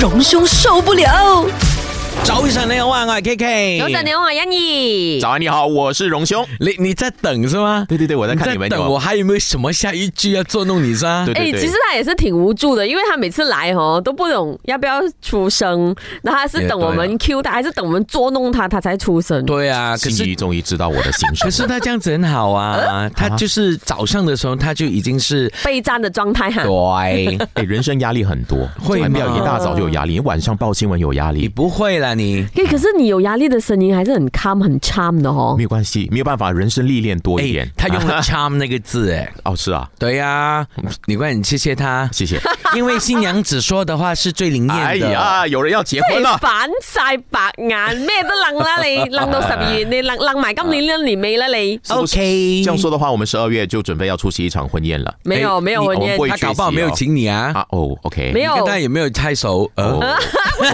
荣兄受不了。早晨你好啊，我系 K K。早晨你好，杨怡。早安，你好，我是荣兄。你你在等是吗？对对对，我在看你在们等我，还有没有什么下一句要捉弄你是吧？对哎、对对，其实他也是挺无助的，因为他每次来哦都不懂要不要出声，然后他是等我也对啊们 Q 他，还是等我们捉弄他，他才出声。对啊，可心呃是仪终于知道我的心声可。是他这样子很好啊，他就是早上的时候他就已经是备战的状态哈。 对，哎，人生压力很多，会吗不要一大早就有压力，你晚上报新闻有压你力，不会啦你。哎、可是你有压力的声音还是很 calm 很 charm 的哦没。有关系，没有办法，人生历练多一点。哎他 用了 charm 那个字哎、哦，是啊，对呀、你快点谢谢 他，谢谢。因为新娘子说的话是最灵哎验的。呀，有人要结婚你了，哎反晒白眼，咩都楞啦 你，楞到十二月，你楞楞埋今年呢年尾啦啊你。是不是 OK 这样说的话，我们十二月就准备要出席一场婚宴了。没有哎没有你婚宴我们，他搞不好没有请你啊，哦啊哦，OK，没有你跟他也没有太熟。哦 呃，我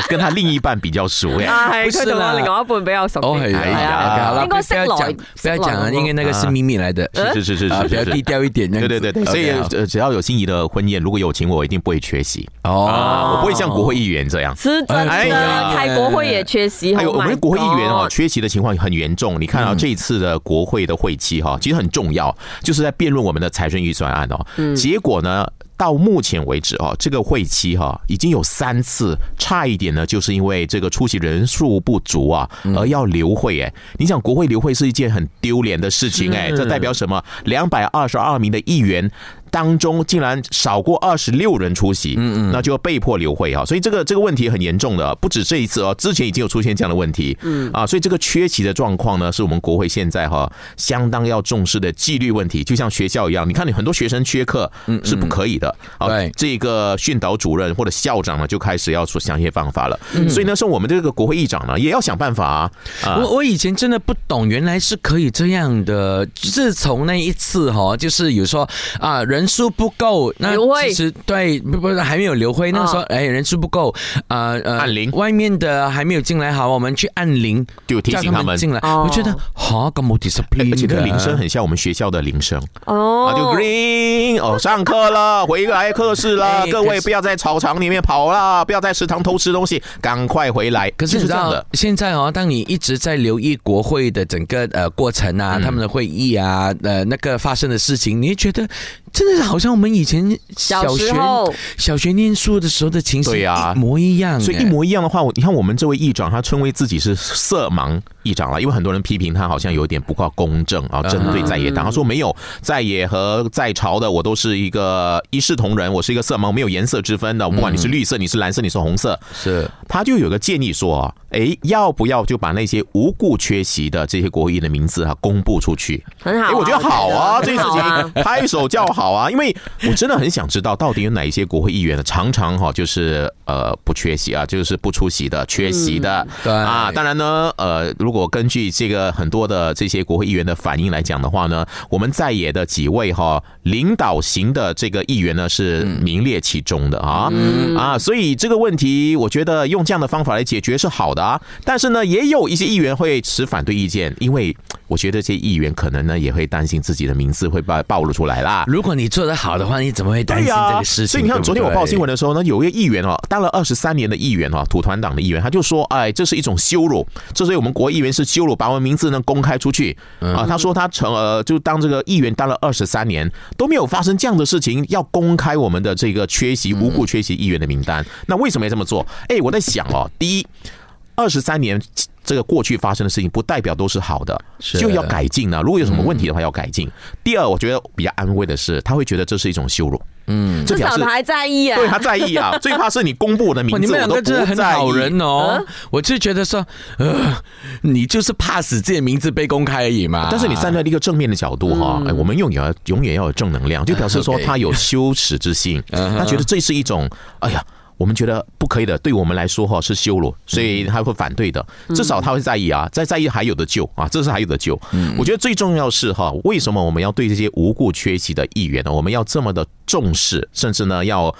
跟他另一半比较熟哎。唉，不佢是同啦我另外一半比較熟哦啲。系哎呀呀，好了，應不要該識來讲，不要讲啊，識來因为那个是秘密来的，是是是是啊，是比较是低调一点。这样对子对对，所以 OK，好啊呃只要有心仪的婚宴，如果有请我，我一定不会缺席啊！哦，我不会像国会议员这样。是真哎的呀，开國會也缺席，还有 Oh 我 my 们国会议员哦， God 缺席的情况很严重。你看啊，这一次的国会的会期哈、其实很重要，就是在辩论我们的财政预算案哦。结果呢，到目前为止哦，这个会期哈、已经有三次，差一点呢，就是因为这个出席人数不足啊，而要留会哎。你想国会留会是一件很丢脸的事情哎，这代表什么？两百二十二名的议员。当中竟然少过二十六人出席，嗯嗯，那就要被迫留会啊，所以这个这个问题很严重的，不止这一次哦，之前已经有出现这样的问题，嗯啊，所以这个缺席的状况呢，是我们国会现在哈、相当要重视的纪律问题，就像学校一样，你看你很多学生缺课是不可以的，对啊，这个训导主任或者校长呢就开始要说想一些方法了，所以呢，是我们这个国会议长呢也要想办法啊，啊我我以前真的不懂，原来是可以这样的。自从那一次哈、就是有说啊人数不够，那刘慧啊其实对不不还没有刘辉，那个时候哎、人数不够，啊呃按铃外面的还没有进来，好，我们去按铃，就提叫醒他他们们。进来。哦我觉得好咁冇 discipline，而且那的个铃声很像我们学校的铃声，啊，就哦， green 哦，上课了，回来课室了哎，各可位是不要在操场里面跑了，不要在食堂偷吃东西，赶快回来。可是就你是知这样道的，，现在哦，当你一直在留意国会的整个呃过程嗯啊，他们的会议啊，呃那个发生的事情，你会觉得真的好像我们以前小时学候小学念书的时候的情形对呀一模一样，所以一哎模一样的话，我你看我们这位议长，他称为自己是色盲议长了，因为很多人批评他好像有点不够公正啊，针对在野党，他说没有在野和在朝的，我都是一个一视同仁，我是一个色盲，没有颜色之分的，不管你嗯是绿色，你是蓝色，你是红色，是他就有个建议说啊，诶，要不要就把那些无故缺席的这些国会议员的名字啊公布出去？很好哎、啊，我觉得好啊，这件事很好啊情拍手叫好啊， 因为我真的很想知道到底有哪一些国会议员呢，常常哈就是呃不缺席啊，就是不出席的、缺席的、对啊。当然呢，呃，如果根据这个很多的这些国会议员的反应来讲的话呢，我们在野的几位哈领导型的这个议员呢是名列其中的啊、啊，所以这个问题我觉得用这样的方法来解决是好的啊，但是呢，也有一些议员会持反对意见，因为我觉得这些议员可能呢也会担心自己的名字会暴暴露出来啦。如果你做得好的话，你怎么会担对心呀，这个事情？所以你看，对不对昨天我报新闻的时候呢，有一个议员哦，当了二十三年的议员哦，土团党的议员，他就说：“哎，这是一种羞辱，这对我们国议员是羞辱，把我们名字呢公开出去嗯啊。”他说他成呃，就当这个议员当了二十三年都没有发生这样的事情，要公开我们的这个缺席无故缺席议员的名单，那为什么要这么做？哎，我在想哦，第一，二十三年。这个过去发生的事情不代表都是好的，是嗯就要改进啊呢、如果有什么问题的话，要改进。第二，我觉得比较安慰的是，他会觉得这是一种羞辱。嗯，这至表少示他还在意啊。对他在 意啊，最怕是你公布我的名哇，字，你们两我个都真的不很在好意人啊哦！我就觉得说，呃，你就是怕死自己的名字被公开而已嘛。但是你站在一个正面的角度哈、嗯哎，我们永远要永远要有正能量，就表示说 OK 他有羞耻之心，他觉得这是一种，哎呀。我们觉得不可以的，对我们来说哈是羞辱，所以他会反对的。至少他会在意啊，再在意还有的救啊，这是还有的救。我觉得最重要是哈，为什么我们要对这些无故缺席的议员呢？我们要这么的重视，甚至呢要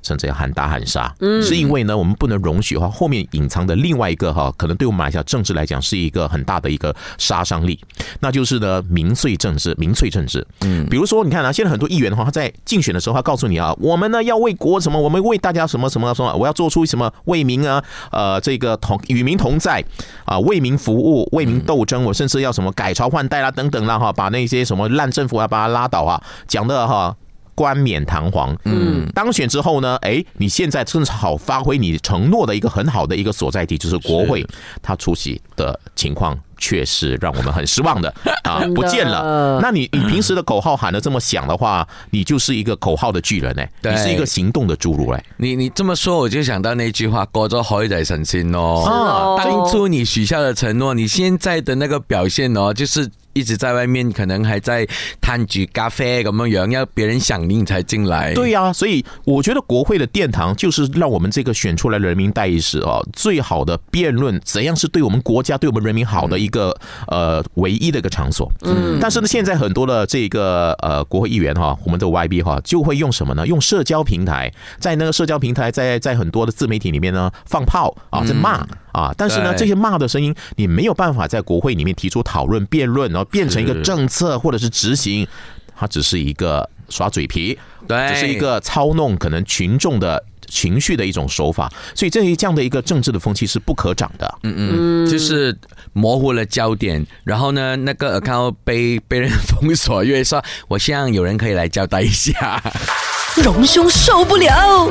甚至要喊打喊杀，嗯，是因为呢，我们不能容许哈后面隐藏的另外一个哈，可能对我们马来西亚政治来讲是一个很大的一个杀伤力，那就是呢民粹政治，民粹政治，嗯，比如说你看啊，现在很多议员的话，他在竞选的时候，他告诉你啊，我们呢要为国什么，我们为大家什么什么什么，我要做出什么为民啊，呃，这个同与民同在啊、为民服务，为民斗争，我甚至要什么改朝换代啦、等等啦哈，把那些什么烂政府啊，把它拉倒啊，讲的哈。冠冕堂皇，嗯，当选之后呢，哎，你现在正好发挥你承诺的一个很好的一个所在地，就是国会，他出席的情况确实让我们很失望的啊真，的不见了。那你你平时的口号喊的这么响的话，你就是一个口号的巨人哎、对你是一个行动的侏儒哎、你你这么说，我就想到那句话：过咗海就神仙咯。啊哦当初你许下的承诺，你现在的那个表现哦，就是一直在外面，可能还在摊举咖啡咁样样，要别人响应才进来。对呀、所以我觉得国会的殿堂就是让我们这个选出来的人民代议士啊，最好的辩论怎样是对我们国家、对我们人民好的一个呃唯一的一个场所。嗯，但是呢，现在很多的这个呃国会议员哈、我们的 YB 哈、就会用什么呢？用社交平台，在那个社交平台，在在很多的自媒体里面呢放炮啊，在骂。啊，但是呢，嗯对这些骂的声音，你没有办法在国会里面提出讨论、辩论，然后变成一个是政策或者是执行，它只是一个耍嘴皮，对，只是一个操弄可能群众的情绪的一种手法，所以这一这样的一个政治的风气是不可长的。嗯，就是模糊了焦点，然后呢，那个 account 被被人封锁，因为说我希望有人可以来交代一下。隆兄受不了，